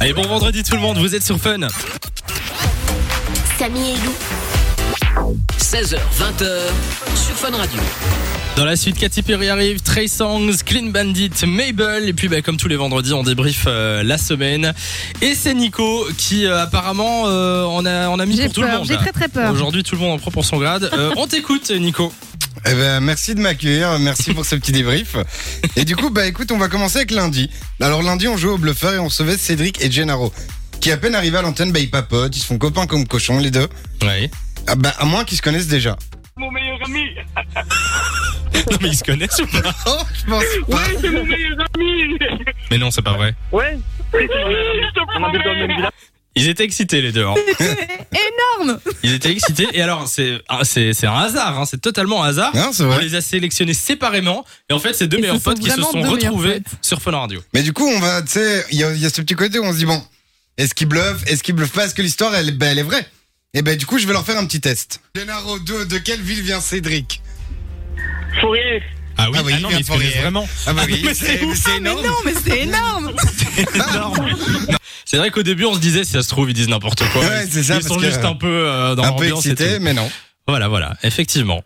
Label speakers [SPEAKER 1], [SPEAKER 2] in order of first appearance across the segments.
[SPEAKER 1] Allez, bon vendredi tout le monde, vous êtes sur Fun.
[SPEAKER 2] Samy et Lou.
[SPEAKER 3] 16h, 20h, sur Fun Radio.
[SPEAKER 1] Dans la suite, Katy Perry arrive, Trey Songs, Clean Bandit, Mabel, et puis bah, comme tous les vendredis, on débrief euh, la semaine. Et c'est Nico qui euh, apparemment euh, on a on a mis
[SPEAKER 4] J'ai
[SPEAKER 1] pour tout le
[SPEAKER 4] peur,
[SPEAKER 1] monde. hein.
[SPEAKER 4] j'ai
[SPEAKER 1] là.
[SPEAKER 4] très très peur.
[SPEAKER 1] Aujourd'hui, tout le monde en prend pour son grade. Euh, on t'écoute, Nico.
[SPEAKER 5] Eh ben, merci de m'accueillir, merci pour ce petit débrief. Et du coup, bah écoute, on va commencer avec lundi. Alors lundi, on jouait au bluffeur et on recevait Cédric et Gennaro, qui à peine arrivés à l'antenne, bah ils papotent, ils se font copains comme cochons les deux.
[SPEAKER 1] Oui.
[SPEAKER 5] Ah bah, à moins qu'ils se connaissent déjà.
[SPEAKER 6] mon meilleur ami.
[SPEAKER 1] Non mais ils se connaissent ou pas
[SPEAKER 5] Oh, je pense.
[SPEAKER 6] Ouais, c'est mon meilleur ami.
[SPEAKER 1] Mais non, c'est pas vrai.
[SPEAKER 7] Ouais,
[SPEAKER 6] Je te
[SPEAKER 7] on habite dans le même
[SPEAKER 6] promets.
[SPEAKER 7] village.
[SPEAKER 1] Ils étaient excités les deux. hein.
[SPEAKER 4] Énorme
[SPEAKER 1] Ils étaient excités. Et alors c'est ah, c'est c'est un hasard, hein, c'est totalement un hasard.
[SPEAKER 5] Non, c'est
[SPEAKER 1] On
[SPEAKER 5] vrai.
[SPEAKER 1] les a sélectionnés séparément et en fait c'est deux
[SPEAKER 4] Et ce
[SPEAKER 1] meilleurs
[SPEAKER 4] sont
[SPEAKER 1] potes qui se
[SPEAKER 4] vraiment
[SPEAKER 1] sont
[SPEAKER 4] deux meilleurs
[SPEAKER 1] retrouvés
[SPEAKER 4] potes.
[SPEAKER 1] sur Fun Radio.
[SPEAKER 5] Mais du coup, on va, tu sais, il y, a- il y a ce petit côté où on se dit bon, est-ce qu'ils bluffent, est-ce qu'ils bluffent pas, est-ce que l'histoire elle, bah, elle est vraie. Et ben du coup, je vais leur faire un petit test. Gennaro 2, de quelle ville vient Cédric
[SPEAKER 6] Fourier.
[SPEAKER 1] Ah oui,
[SPEAKER 5] Ah oui,
[SPEAKER 1] ah non, mais
[SPEAKER 5] bien
[SPEAKER 1] ils se connaissent
[SPEAKER 5] foré.
[SPEAKER 1] vraiment.
[SPEAKER 5] Ah bah
[SPEAKER 1] oui, mais c'est ouf,
[SPEAKER 4] Ah, mais non, mais c'est énorme
[SPEAKER 1] énorme. Non. C'est vrai qu'au début, on se disait, si ça se trouve, ils disent n'importe quoi.
[SPEAKER 5] Ouais, c'est ça,
[SPEAKER 1] ils sont
[SPEAKER 5] parce que-
[SPEAKER 1] juste un peu euh, dans
[SPEAKER 5] Un peu
[SPEAKER 1] l'ambiance et
[SPEAKER 5] excité,
[SPEAKER 1] tout.
[SPEAKER 5] mais non.
[SPEAKER 1] Voilà, voilà, effectivement.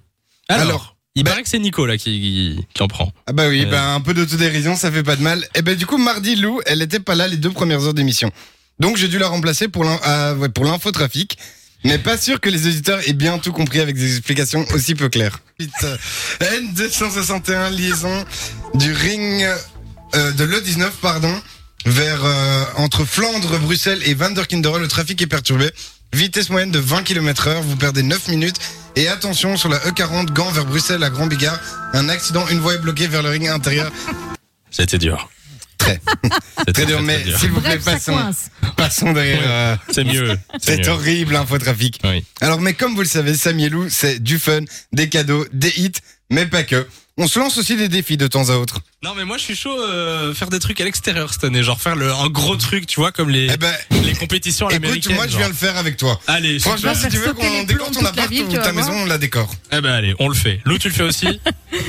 [SPEAKER 1] Alors,
[SPEAKER 5] Alors,
[SPEAKER 1] il
[SPEAKER 5] ben-
[SPEAKER 1] paraît que c'est Nico là qui, qui, qui en prend.
[SPEAKER 5] Ah bah oui,
[SPEAKER 1] Euh.
[SPEAKER 5] bah un peu d'autodérision, ça fait pas de mal. Et ben du coup, mardi, Lou, elle était pas là les deux premières heures d'émission. Donc j'ai dû la remplacer pour l'in- ah, ouais, pour l'infotrafic. Mais pas sûr que les auditeurs aient bien tout compris avec des explications aussi peu claires. euh, Putain. N261 liaison du ring euh, de l'E19, pardon, vers euh, entre Flandre, Bruxelles et Vanderkinderen, le trafic est perturbé. Vitesse moyenne de 20 km heure, vous perdez 9 minutes. Et attention sur la E40 Gand vers Bruxelles à Grand Bigard, un accident, une voie est bloquée vers le ring intérieur.
[SPEAKER 1] C'était dur.
[SPEAKER 5] Très.
[SPEAKER 1] C'était
[SPEAKER 5] Très dur, mais s'il vous plaît,
[SPEAKER 4] Bref, ça
[SPEAKER 5] passons,
[SPEAKER 4] coince.
[SPEAKER 5] passons derrière. euh,
[SPEAKER 1] C'est mieux.
[SPEAKER 5] c'est
[SPEAKER 1] mieux.
[SPEAKER 5] horrible, infotrafic.
[SPEAKER 1] Oui.
[SPEAKER 5] Alors, mais comme vous le savez, Samy et Lou, c'est du fun, des cadeaux, des hits, mais pas que. On se lance aussi des défis de temps à autre.
[SPEAKER 1] Non, mais moi, je suis chaud euh, faire des trucs à l'extérieur cette année. Genre faire le, un gros truc, tu vois, comme les,
[SPEAKER 5] Eh ben,
[SPEAKER 1] les compétitions à
[SPEAKER 5] écoute,
[SPEAKER 1] l'américaine.
[SPEAKER 5] moi, je
[SPEAKER 1] genre.
[SPEAKER 5] viens le faire avec toi.
[SPEAKER 1] Allez, c'est chaud.
[SPEAKER 4] vas
[SPEAKER 5] Franchement, si
[SPEAKER 4] faire
[SPEAKER 5] tu veux
[SPEAKER 4] sauter
[SPEAKER 5] qu'on
[SPEAKER 4] les plombs
[SPEAKER 5] décore ton
[SPEAKER 4] toute la
[SPEAKER 5] appart
[SPEAKER 4] ville,
[SPEAKER 5] ou
[SPEAKER 4] tu
[SPEAKER 5] ta
[SPEAKER 4] vas
[SPEAKER 5] maison,
[SPEAKER 4] voir.
[SPEAKER 5] on la décore.
[SPEAKER 1] Eh ben, allez, on le fait. Lou, tu le fais aussi.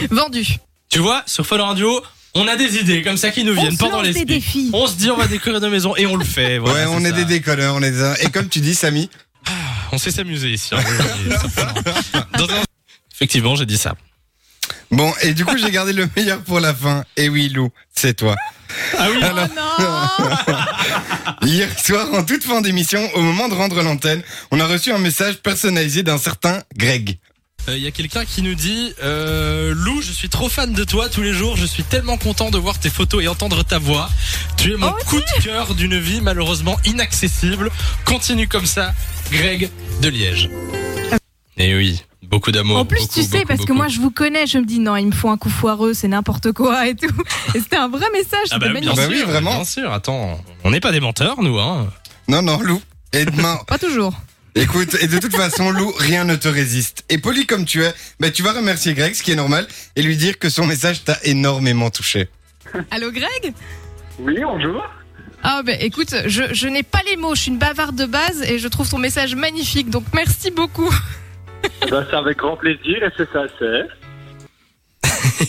[SPEAKER 4] Vendu.
[SPEAKER 1] tu vois, sur Fun Radio, on a des idées comme ça qui nous
[SPEAKER 4] On
[SPEAKER 1] viennent
[SPEAKER 4] se
[SPEAKER 1] pendant
[SPEAKER 4] lance
[SPEAKER 1] les
[SPEAKER 4] des défis.
[SPEAKER 1] On se dit on va découvrir nos maisons et on le fait. voilà,
[SPEAKER 5] ouais, on
[SPEAKER 1] c'est
[SPEAKER 5] est
[SPEAKER 1] ça.
[SPEAKER 5] des déconneurs, on est des... Et comme tu dis, Samy,
[SPEAKER 1] On sait s'amuser ici. hein, oui, oui, certainement. Dans un- Effectivement, j'ai dit ça.
[SPEAKER 5] bon, et du coup, j'ai gardé le meilleur pour la fin. Et oui, Lou, c'est toi.
[SPEAKER 1] Ah oui.
[SPEAKER 4] Oh non
[SPEAKER 5] Hier soir, en toute fin d'émission, au moment de rendre l'antenne, on a reçu un message personnalisé d'un certain Greg.
[SPEAKER 1] Euh, Il y a quelqu'un qui nous dit euh, Lou, je suis trop fan de toi tous les jours. Je suis tellement content de voir tes photos et entendre ta voix. Tu es
[SPEAKER 4] Ah,
[SPEAKER 1] mon coup de cœur d'une vie malheureusement inaccessible. Continue comme ça, Greg de Liège. Et oui, beaucoup d'amour.
[SPEAKER 4] Ah. En plus,
[SPEAKER 1] beaucoup,
[SPEAKER 4] tu sais,
[SPEAKER 1] beaucoup,
[SPEAKER 4] parce que
[SPEAKER 1] beaucoup.
[SPEAKER 4] moi je vous connais, je me dis non, il me faut un coup foireux, c'est n'importe quoi et tout. Et c'était un vrai message,
[SPEAKER 1] Ah bah,
[SPEAKER 4] c'était
[SPEAKER 1] bien
[SPEAKER 4] magnifique.
[SPEAKER 5] Bah oui,
[SPEAKER 1] sûr,
[SPEAKER 5] vraiment.
[SPEAKER 1] Bien sûr. Attends, on n'est pas des menteurs, nous. Hein.
[SPEAKER 5] Non, non, Lou. Et demain,
[SPEAKER 4] Pas toujours.
[SPEAKER 5] écoute, et de toute façon, Lou, rien ne te résiste. Et poli comme tu es, bah, tu vas remercier Greg, ce qui est normal, et lui dire que son message t'a énormément touché.
[SPEAKER 4] Allô Greg
[SPEAKER 6] Oui, bonjour.
[SPEAKER 4] Ah bah écoute, je, je n'ai pas les mots, je suis une bavarde de base et je trouve ton message magnifique, donc merci beaucoup.
[SPEAKER 6] Bah, c'est avec grand plaisir et c'est ça, c'est.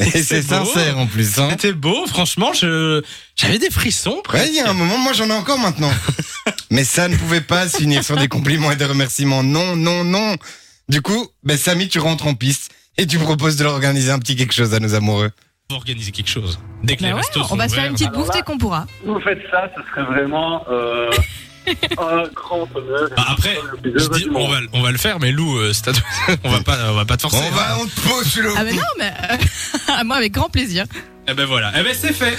[SPEAKER 5] Et
[SPEAKER 1] C'est
[SPEAKER 5] c'est
[SPEAKER 1] beau.
[SPEAKER 5] sincère en plus. Hein.
[SPEAKER 1] C'était beau, franchement, je j'avais des frissons.
[SPEAKER 5] Ouais,
[SPEAKER 1] presque.
[SPEAKER 5] il y a un moment, moi j'en ai encore maintenant. Mais ça ne pouvait pas se finir sur des compliments et des remerciements. Non, non, non. Du coup, ben Samy, tu rentres en piste et tu proposes de leur organiser un petit quelque chose à nos amoureux.
[SPEAKER 1] On va organiser quelque chose. Dès que les
[SPEAKER 4] Bah ouais,
[SPEAKER 1] restos sont
[SPEAKER 4] on va se faire une
[SPEAKER 1] ouverts.
[SPEAKER 4] petite bouffe dès qu'on pourra.
[SPEAKER 6] Vous faites ça, ce serait vraiment euh, un grand honneur.
[SPEAKER 1] Bah, après, Je dis, on va on va le faire, mais Lou, euh, c'est à toi. on va pas on va pas te forcer.
[SPEAKER 5] On va,
[SPEAKER 1] hein.
[SPEAKER 5] on te pose sur le
[SPEAKER 4] Ah bah non, mais euh, moi avec grand plaisir.
[SPEAKER 1] Eh ben voilà. Eh ben c'est fait.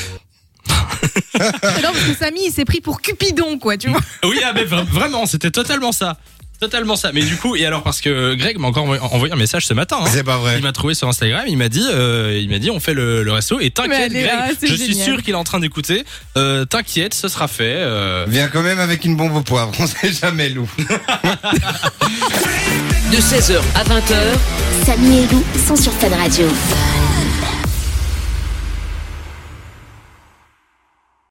[SPEAKER 4] Non, parce que Samy, il s'est pris pour Cupidon, quoi, tu vois.
[SPEAKER 1] Oui, ah ben vra- vraiment, c'était totalement ça, totalement ça. Mais du coup, et alors parce que Greg m'a encore envoyé- envoyé un message ce matin. hein.
[SPEAKER 5] C'est pas vrai.
[SPEAKER 1] Il m'a trouvé sur Instagram, il m'a dit, euh, il m'a dit, on fait le, le resto et t'inquiète,
[SPEAKER 4] Mais elle est
[SPEAKER 1] Greg,
[SPEAKER 4] là,
[SPEAKER 1] je
[SPEAKER 4] c'est
[SPEAKER 1] suis
[SPEAKER 4] génial.
[SPEAKER 1] sûr qu'il est en train d'écouter. Euh, t'inquiète, ce sera fait. euh.
[SPEAKER 5] Viens quand même avec une bombe au poivre, on sait jamais, Lou.
[SPEAKER 3] De 16h à 20h,
[SPEAKER 2] Samy et Lou sont sur Fun Radio.